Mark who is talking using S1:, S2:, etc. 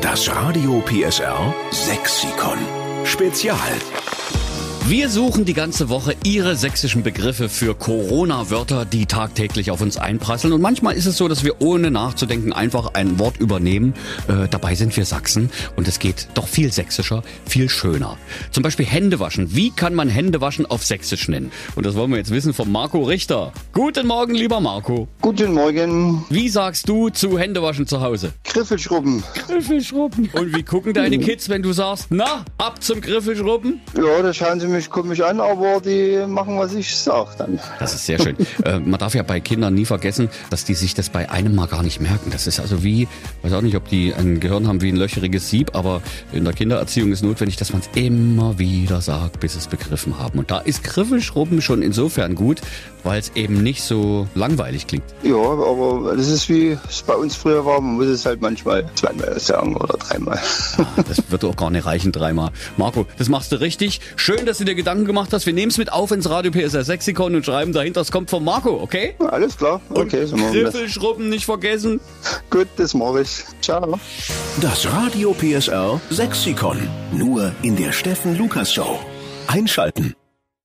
S1: Das Radio PSR Sexikon. Spezial.
S2: Wir suchen die ganze Woche Ihre sächsischen Begriffe für Corona-Wörter, die tagtäglich auf uns einprasseln. Und manchmal ist es so, dass wir ohne nachzudenken einfach ein Wort übernehmen. Äh, dabei sind wir Sachsen und es geht doch viel sächsischer, viel schöner. Zum Beispiel Hände waschen. Wie kann man Hände waschen auf sächsisch nennen? Und das wollen wir jetzt wissen von Marco Richter. Guten Morgen, lieber Marco.
S3: Guten Morgen,
S2: Wie sagst du zu Händewaschen zu Hause?
S3: Griffelschrubben.
S2: Griffelschrubben. Und wie gucken deine Kids, wenn du sagst, na, ab zum Griffelschrubben?
S3: Ja, da schauen sie mich komisch an, aber die machen, was ich sag dann.
S2: Das ist sehr schön. äh, man darf ja bei Kindern nie vergessen, dass die sich das bei einem Mal gar nicht merken. Das ist also wie, weiß auch nicht, ob die ein Gehirn haben wie ein löcheriges Sieb, aber in der Kindererziehung ist notwendig, dass man es immer wieder sagt, bis sie es begriffen haben. Und da ist Griffelschrubben schon insofern gut, weil es eben nicht so langweilig klingt.
S3: Ja, aber das ist wie es bei uns früher war. Man muss es halt manchmal zweimal sagen oder dreimal.
S2: Ah, Das wird auch gar nicht reichen, dreimal. Marco, das machst du richtig. Schön, dass du dir Gedanken gemacht hast. Wir nehmen es mit auf ins Radio PSR Sexikon und schreiben dahinter, es kommt von Marco, okay?
S3: Alles klar, okay, so machen wir das.
S2: Griffelschrubben nicht vergessen.
S3: Gut, das mache ich. Ciao.
S1: Das Radio PSR Sexikon. Nur in der Steffen Lukas Show. Einschalten.